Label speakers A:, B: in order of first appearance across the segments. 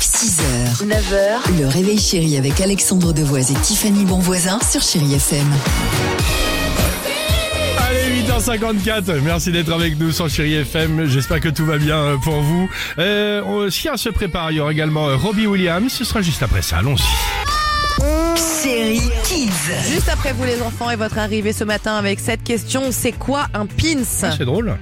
A: 6h, 9h, le réveil chéri avec Alexandre Devoise et Tiffany Bonvoisin sur Chéri FM.
B: Allez, 8h54, merci d'être avec nous sur Chéri FM. J'espère que tout va bien euh, pour vous. Euh, on- Sia se prépare, il y aura également euh, Robbie Williams. Ce sera juste après ça, allons-y.
A: Chérie Kids.
C: Juste après vous les enfants et votre arrivée ce matin avec cette question, c'est quoi un pins
B: C'est drôle.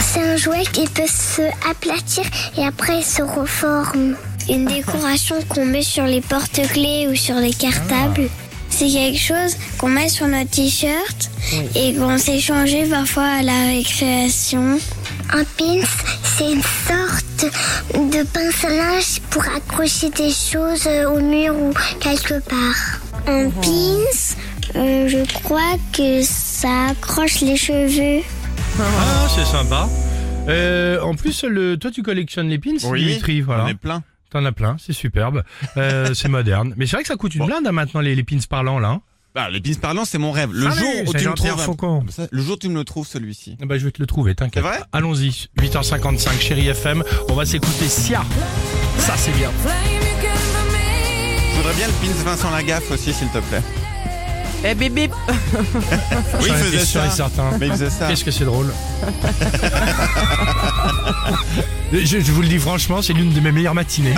D: C'est un jouet qui peut se aplatir et après il se reforme. Une décoration qu'on met sur les porte-clés ou sur les cartables. C'est quelque chose qu'on met sur notre t-shirt et qu'on s'est changé parfois à la récréation. Un pins, c'est une sorte de pince à linge pour accrocher des choses au mur ou quelque part. Un pins, euh, je crois que ça accroche les cheveux.
B: Ah, c'est sympa. Euh, en plus, le, toi, tu collectionnes les pins, Dimitri,
E: on
B: voilà.
E: est plein.
B: T'en as plein, c'est superbe. Euh, c'est moderne. Mais c'est vrai que ça coûte une
E: Bon.
B: blinde hein, maintenant, les, les pins parlants, là. hein.
E: Bah, les pins parlants, c'est mon rêve. Le
B: Ah
E: jour
B: oui,
E: où
B: c'est
E: tu me
B: Jean-Pierre
E: trouves,
B: Foucault.
E: Comme ça, le jour où tu me le trouves celui-ci.
B: Ah Bah, je vais te le trouver, t'inquiète.
E: C'est vrai
B: Allons-y, 8h55, Chéri FM. On va s'écouter Sia. Ça, c'est bien.
E: Je voudrais bien le pins Vincent Lagaffe aussi, s'il te plaît.
C: Eh bip bip
E: Oui, il
B: J'en étais
E: faisait
B: sûr et
E: ça.
B: certain.
E: Mais il faisait ça.
B: Qu'est-ce que c'est drôle je, je vous le dis franchement, c'est l'une de mes meilleures matinées.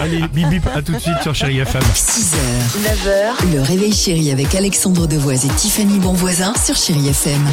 B: Allez, bip bip, à tout de suite sur Chéri FM.
A: 6h, 9h, le réveil chéri avec Alexandre Devoise et Tiffany Bonvoisin sur Chéri FM.